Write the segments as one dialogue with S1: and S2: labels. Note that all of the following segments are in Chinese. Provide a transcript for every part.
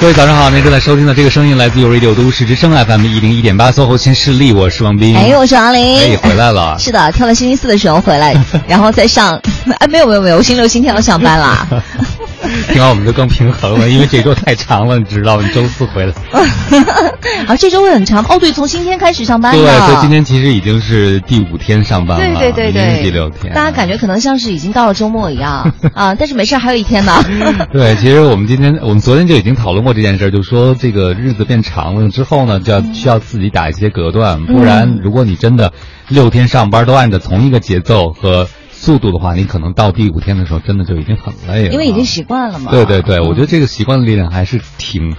S1: 各位早上好，您正在收听的这个声音来自于 Radio 都市之声 FM 一零一点八，搜狐新势力，我是王斌。
S2: 哎，我是王
S1: 哎
S2: 林。
S1: 回来了
S2: 是的，挑了星期四的时候回来，然后再上。哎，没有没有没有，我星期六、星期天要上班啦。
S1: 听完我们就更平衡了，因为这周太长了，你知道，你周四回来。
S2: 啊，这周会很长哦。对，从今天开始上班
S1: 对，
S2: 了。
S1: 所以今天其实已经是第五天上班了，
S2: 对对对
S1: 已经
S2: 对，
S1: 是第六天了。
S2: 大家感觉可能像是已经到了周末 一样啊，但是没事儿，还有一天呢。
S1: 对，其实我们今天，呃我们昨天就已经讨论过这件事儿，就说这个日子变长了之后呢，就要需要自己打一些隔断，不然如果你真的六天上班都按照同一个节奏和速度的话，你可能到第五天的时候，真的就已经很累了，啊
S2: 因为已经习惯了嘛。
S1: 对对对，我觉得这个习惯的力量还是挺。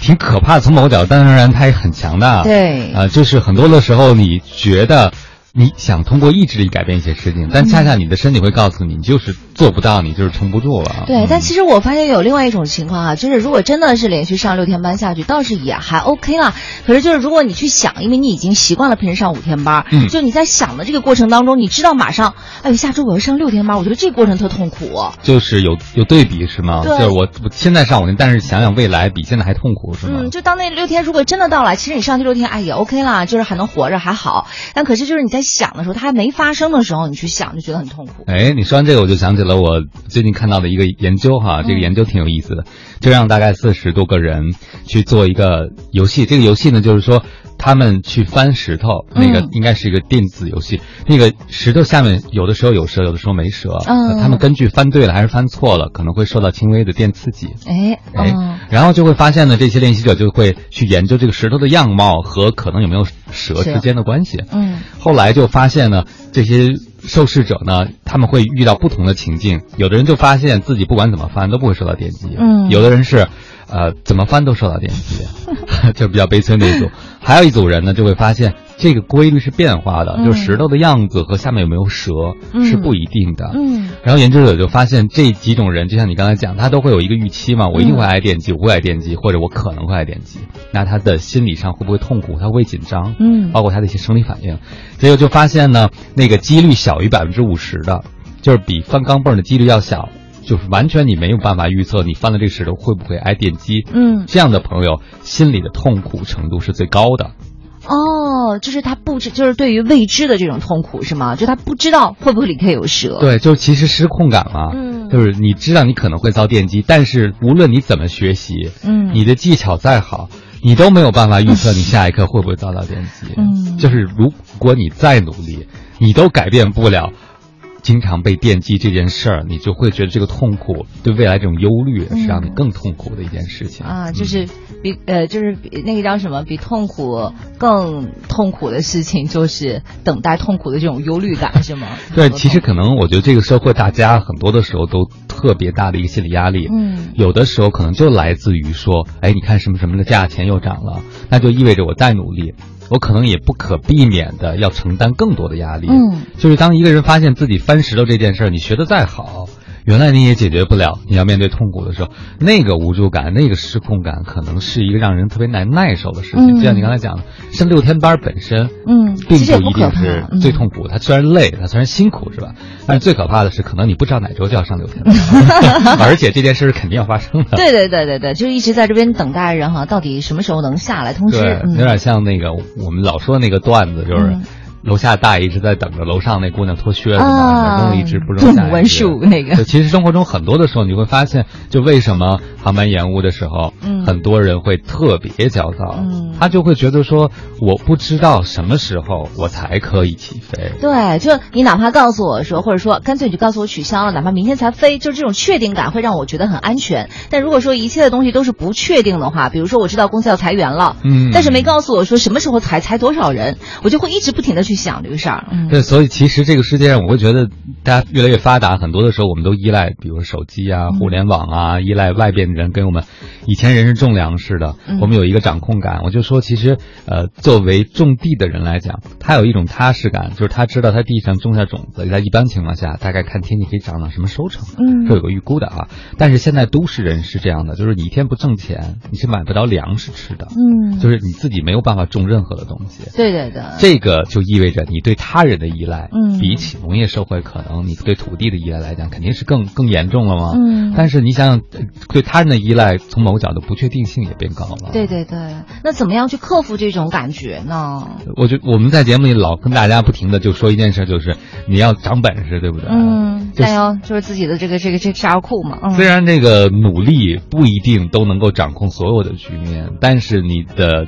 S1: 挺可怕的，从某个角度，当然它也很强大。
S2: 对
S1: 啊、就是很多的时候，你觉得你想通过意志力改变一些事情，但恰恰你的身体会告诉你，你就是做不到，你就是撑不住了。
S2: 对，
S1: 嗯
S2: 但其实我发现有另外一种情况啊，就是如果真的是连续上六天班下去，倒是也还 OK 啦。可是就是如果你去想，因为你已经习惯了平时上五天班，
S1: 嗯
S2: 就你在想的这个过程当中，你知道马上，哎呦，下周我要上六天班，我觉得这个过程特痛苦、哦
S1: 就是有有对比是吗？
S2: 对
S1: 就是我我现在上五天，但是想想未来比现在还痛苦是吗？
S2: 嗯，就当那六天如果真的到了，其实你上去六天，哎也 OK 啦，就是还能活着还好。但可是就是你在想的时候，它还没发生的时候，你去想就觉得很痛苦。
S1: 哎，你说完这个，我就想起了我最近看到的一个研究
S2: 嗯
S1: 哈，这个研究挺有意思的，就让大概四十多个人去做一个游戏。这个游戏呢，就是说他们去翻石头，那个
S2: 嗯
S1: 应该是一个电子游戏。那个石头下面有的时候有蛇，有的时候没蛇。
S2: 嗯
S1: 他们根据翻对了还是翻错了，可能会受到轻微的电刺激。
S2: 哎，
S1: 哎
S2: 嗯，，
S1: 然后就会发现呢，这些练习者就会去研究这个石头的样貌和可能有没有蛇
S2: 是
S1: 之间的关系。
S2: 嗯，
S1: 后来就发现呢，这些受试者呢，他们会遇到不同的情境，有的人就发现自己不管怎么翻都不会受到电击，
S2: 嗯
S1: 有的人是，呃，怎么翻都受到电击， 就比较悲催那 一组。还有一组人呢，就会发现这个规律是变化的，
S2: 嗯
S1: 就是石头的样子和下面有没有蛇
S2: 嗯
S1: 是不一定的。
S2: 嗯，
S1: 然后研究者就发现这几种人，就像你刚才讲，他都会有一个预期
S2: 嗯
S1: 嘛，我一定会挨电击，我会挨电击，或者我可能会挨电击。那他的心理上会不会痛苦？他会不会紧张？
S2: 嗯
S1: 包括他的一些生理反应。结果就发现呢，那个几率小于百分之五十的，就是比翻钢镚儿的几率要小，就是完全你没有办法预测你翻了这个石头会不会挨电击。
S2: 嗯，
S1: 这样的朋友心里的痛苦程度是最高的。
S2: 哦，就是他不知，就是对于未知的这种痛苦是吗？就他不知道会不会里头有蛇。，
S1: 对，就是其实失控感嘛，
S2: 嗯
S1: 就是你知道你可能会遭电击，但是无论你怎么学习，
S2: 嗯
S1: 你的技巧再好，你都没有办法预测你下一刻会不会遭到电击，
S2: 嗯
S1: 就是如果你再努力，你都改变不了。经常被电击这件事儿，你就会觉得这个痛苦对未来这种忧虑是让你更痛苦的一件事情？
S2: 啊，就是比呃，就是比那个叫什么，比痛苦更痛苦的事情，就是等待痛苦的这种忧虑感，是吗
S1: 对，其实可能我觉得这个社会大家很多的时候都特别大的一个心理压力，
S2: 嗯
S1: 有的时候可能就来自于说，哎，你看什么什么的价钱又涨了，那就意味着我再努力，我可能也不可避免的要承担更多的压力。
S2: 嗯，
S1: 就是当一个人发现自己翻石头这件事儿，你学的再好。原来你也解决不了，你要面对痛苦的时候，那个无助感、那个失控感，可能是一个让人特别难耐受的事情。
S2: 嗯
S1: 就像你刚才讲的，上六天班本身，
S2: 嗯
S1: 并
S2: 其实也
S1: 不一
S2: 不可
S1: 定是
S2: 怕嗯
S1: 最痛苦。它虽然累，它虽然辛苦，是吧？但是最可怕的是，可能你不知道哪周就要上六天班， 而且这件事是肯定要发生的。
S2: 对对对对对，就是一直在这边等待人哈，到底什么时候能下来通知？
S1: 对，有
S2: 嗯
S1: 点像那个我们老说那个段子，就是
S2: 嗯
S1: 楼下大爷一直在等着楼上那姑娘脱靴子嘛，然
S2: 啊
S1: 后一直不，扔
S2: 杜
S1: 下
S2: 母
S1: 来
S2: 问树那个
S1: 对，，其实生活中很多的时候，你会发现，就为什么航班延误的时候，
S2: 嗯
S1: 很多人会特别焦躁，
S2: 嗯
S1: 他就会觉得说，我不知道什么时候我才可以起飞。
S2: 对，就你哪怕告诉我说，或者说干脆你就告诉我取消了，哪怕明天才飞，就这种确定感会让我觉得很安全。但如果说一切的东西都是不确定的话，比如说我知道公司要裁员了，
S1: 嗯
S2: 但是没告诉我说什么时候裁，裁多少人，我就会一直不停的去想这个事儿。嗯，
S1: 对，所以其实这个世界上，我会觉得大家越来越发达，很多的时候我们都依赖，比如手机
S2: 嗯
S1: 啊、互联网啊，依赖外边的人给我们。以前人是种粮食的，
S2: 嗯
S1: 我们有一个掌控感。我就说，其实呃，作为种地的人来讲，他有一种踏实感，就是他知道他地上种下种子，在一般情况下，大概看天气可以长到什么收成，
S2: 嗯
S1: 这有个预估的啊。但是现在都市人是这样的，就是你一天不挣钱，你是买不到粮食吃的，
S2: 嗯，
S1: 就是你自己没有办法种任何的东西。
S2: 对对对，
S1: 这个就意意味着你对他人的依赖，
S2: 嗯
S1: 比起农业社会，可能你对土地的依赖来讲，肯定是更更严重了嘛。
S2: 嗯
S1: 但是你想想，呃对他人的依赖，从某个角度不确定性也变高了。
S2: 对对对，那怎么样去克服这种感觉呢？
S1: 我觉我们在节目里老跟大家不停的就说一件事，就是你要长本事，对不对？。
S2: 嗯，
S1: 就是
S2: 加油，就是自己的这个这个这个沙库嘛，
S1: 虽
S2: 嗯
S1: 然这个努力不一定都能够掌控所有的局面，但是你的，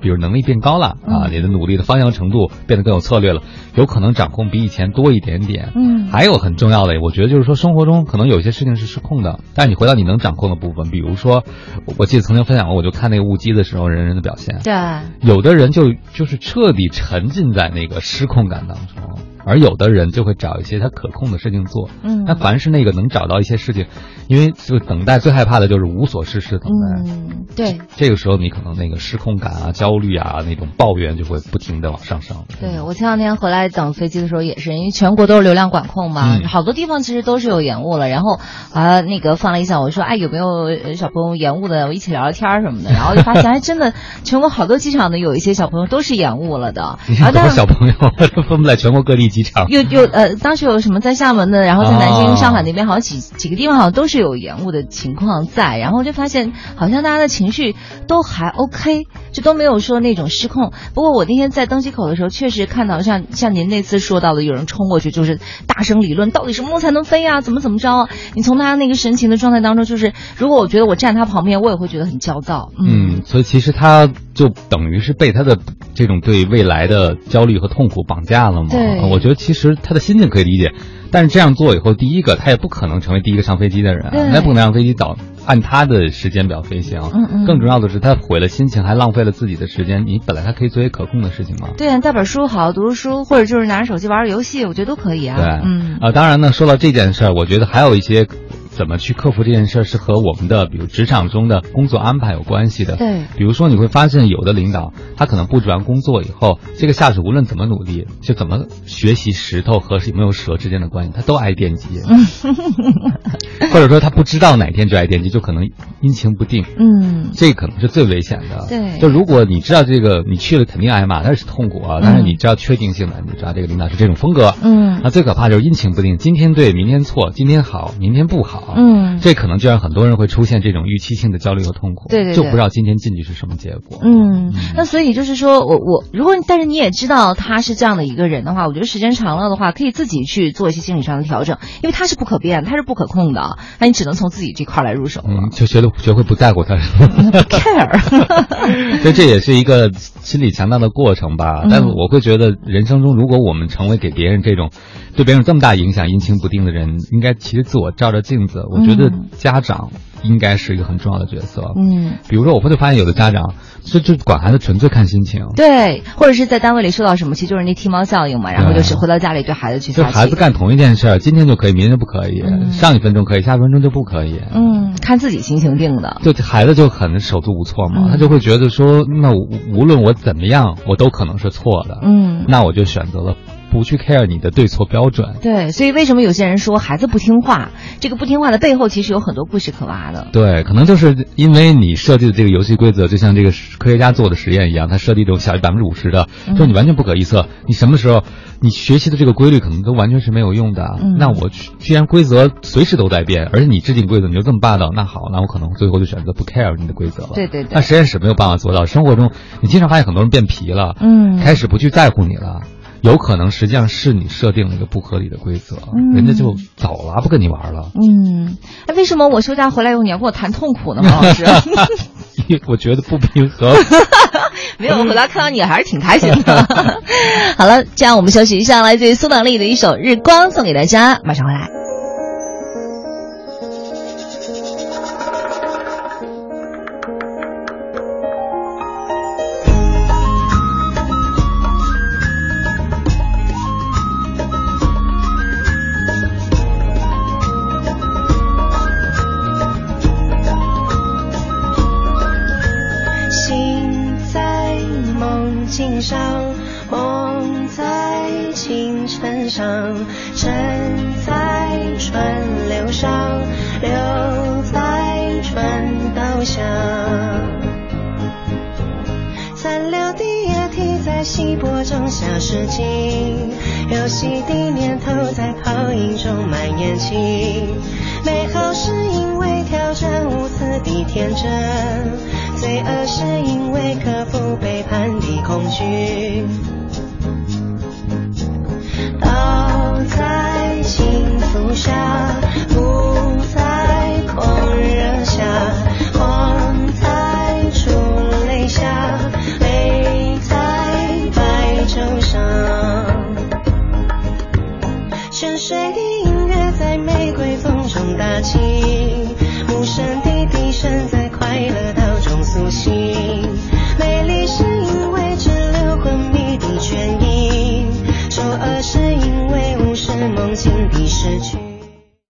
S1: 比如能力变高了啊，
S2: 嗯
S1: 你的努力的方向程度变得更有策略了，有可能掌控比以前多一点点。
S2: 嗯
S1: 还有很重要的，我觉得就是说，生活中可能有些事情是失控的，但是你回到你能掌控的部分，比如说，我我记得曾经分享过，我就看那个误机的时候，人人的表现，
S2: 对，
S1: 有的人就就是彻底沉浸在那个失控感当中，而有的人就会找一些他可控的事情做。
S2: 嗯
S1: 那凡是那个能找到一些事情，因为就等待最害怕的就是无所事事等待。
S2: 嗯对。
S1: 这个时候你可能那个失控感啊、焦虑啊、那种抱怨就会不停的往上升。
S2: 对，我前两天回来等飞机的时候也是，因为全国都是流量管控嘛，
S1: 嗯
S2: 好多地方其实都是有延误了。然后啊，那个放了一下，我说哎有没有呃小朋友延误的，我一起聊聊天儿什么的。然后就发现，哎，真的全国好多机场的有一些小朋友都是延误 了的。啊
S1: 你
S2: 然后
S1: 很
S2: 当
S1: 多
S2: 然
S1: 小朋友 都分布在全国各地机场。
S2: 有有呃，当时有什么在厦门的，然后在南京、
S1: 哦
S2: 上海那边，好像几几个地方好像都是有延误的情况在，然后就发现好像大家的情绪都还 OK，就都没有说那种失控。不过我那天在登机口的时候，确实看到像像您那次说到的，有人冲过去就是大声理论，到底什么时候才能飞啊？怎么怎么着啊？你从他那个神情的状态当中，就是如果我觉得我站他旁边，我也会觉得很焦躁。嗯
S1: 嗯，所以其实他就等于是被他的这种对未来的焦虑和痛苦绑架了嘛。
S2: 对
S1: 我觉得其实他的心情可以理解，但是这样做以后，第一个他也不可能成为第一个上飞机的人啊，
S2: 对
S1: 那不能让飞机倒按他的时间表飞行。
S2: 嗯嗯，
S1: 更重要的是，他毁了心情，还浪费了自己的时间。你本来他可以做些可控的事情嘛。
S2: 对啊，带本书好，读读书，或者就是拿着手机玩玩游戏，我觉得都可以啊。
S1: 对
S2: 嗯，
S1: 啊，当然呢，说到这件事儿，我觉得还有一些怎么去克服这件事儿，是和我们的比如职场中的工作安排有关系的。
S2: 对。
S1: 比如说，你会发现有的领导，他可能布置完工作以后，这个下属无论怎么努力，就怎么学习石头和有没有蛇之间的关系，他都爱惦记。 或者说他不知道哪天就爱惦记，就可能阴晴不定，
S2: 嗯，
S1: 这可能是最危险的。
S2: 对
S1: 就如果你知道这个，你去了肯定挨骂，但是痛苦啊。但是你知道确定性的，你知道这个领导是这种风格。
S2: 嗯
S1: 那最可怕就是阴晴不定，今天对，明天错，今天好，明天不好。
S2: 嗯
S1: 这可能就让很多人会出现这种预期性的焦虑和痛苦，
S2: 对对对
S1: 就不知道今天进去是什么结果。
S2: 嗯，那所以就是说我我，如果但是你也知道他是这样的一个人的话，我觉得时间长了的话，可以自己去做一些心理上的调整，因为他是不可变，他是不可控的，那你只能从自己这块儿来入手了
S1: 嗯，。就学了学会不在乎他 人，
S2: care，
S1: 所以这也是一个心理强大的过程吧。
S2: 嗯
S1: 但我会觉得，人生中如果我们成为给别人这种对别人有这么大影响、阴晴不定的人，应该其实自我照照镜子。我觉得
S2: 嗯
S1: 家长应该是一个很重要的角色。
S2: 嗯，
S1: 比如说，我会发现有的家长就就管孩子纯粹看心情，
S2: 嗯对，或者是在单位里受到什么，其实就是那剃毛效应嘛，然后就是回到家里对孩子去
S1: 就
S2: 撒气
S1: 孩子干同一件事儿，今天就可以，明天就不可以，
S2: 嗯
S1: 上一分钟可以，下一分钟就不可以。
S2: 嗯，看自己心情定的，
S1: 就孩子就很手足无措嘛，
S2: 嗯
S1: 他就会觉得说，那我无论我怎么样，我都可能是错的，
S2: 嗯。
S1: 那我就选择了不去 care 你的对错标准。
S2: 对，所以为什么有些人说孩子不听话？这个不听话的背后其实有很多故事可挖的。
S1: 对，可能就是因为你设计的这个游戏规则，就像这个科学家做的实验一样，他设计这种小于百分之五十的，
S2: 嗯
S1: 说你完全不可预测，你什么时候你学习的这个规律可能都完全是没有用的。
S2: 嗯
S1: 那我去既然规则随时都在变，而且你制定规则你就这么霸道，那好，那我可能最后就选择不 care 你的规则了。
S2: 对对对
S1: 那实验室没有办法做到，生活中你经常发现很多人变皮了，
S2: 嗯
S1: 开始不去在乎你了。有可能实际上是你设定了一个不合理的规则，
S2: 嗯
S1: 人家就走了，不跟你玩了。
S2: 嗯，哎，为什么我休假回来以后你要跟我谈痛苦呢，马老师？
S1: 我觉得不平衡。
S2: 没有，我回来看到你还是挺开心的。 好了，这样我们休息一下，来自于苏打绿的一首《日光》送给大家，马上回来。
S3: 心在梦境上，梦在清晨上，晨在川流上，流在川道上。残留的液体在在稀薄中消失尽，游戏的念头在泡影中蔓延起。美好是因为挑战无私的天真，罪恶是因为克服背叛的恐惧。倒在幸福下，不在狂热下，慌在出泪下，泪在白昼上。沉睡的音乐在玫瑰风中打起，无声的笛声在快乐岛中苏醒。美丽是因为滞留昏迷的倦意，丑恶是因为无视梦境的失去。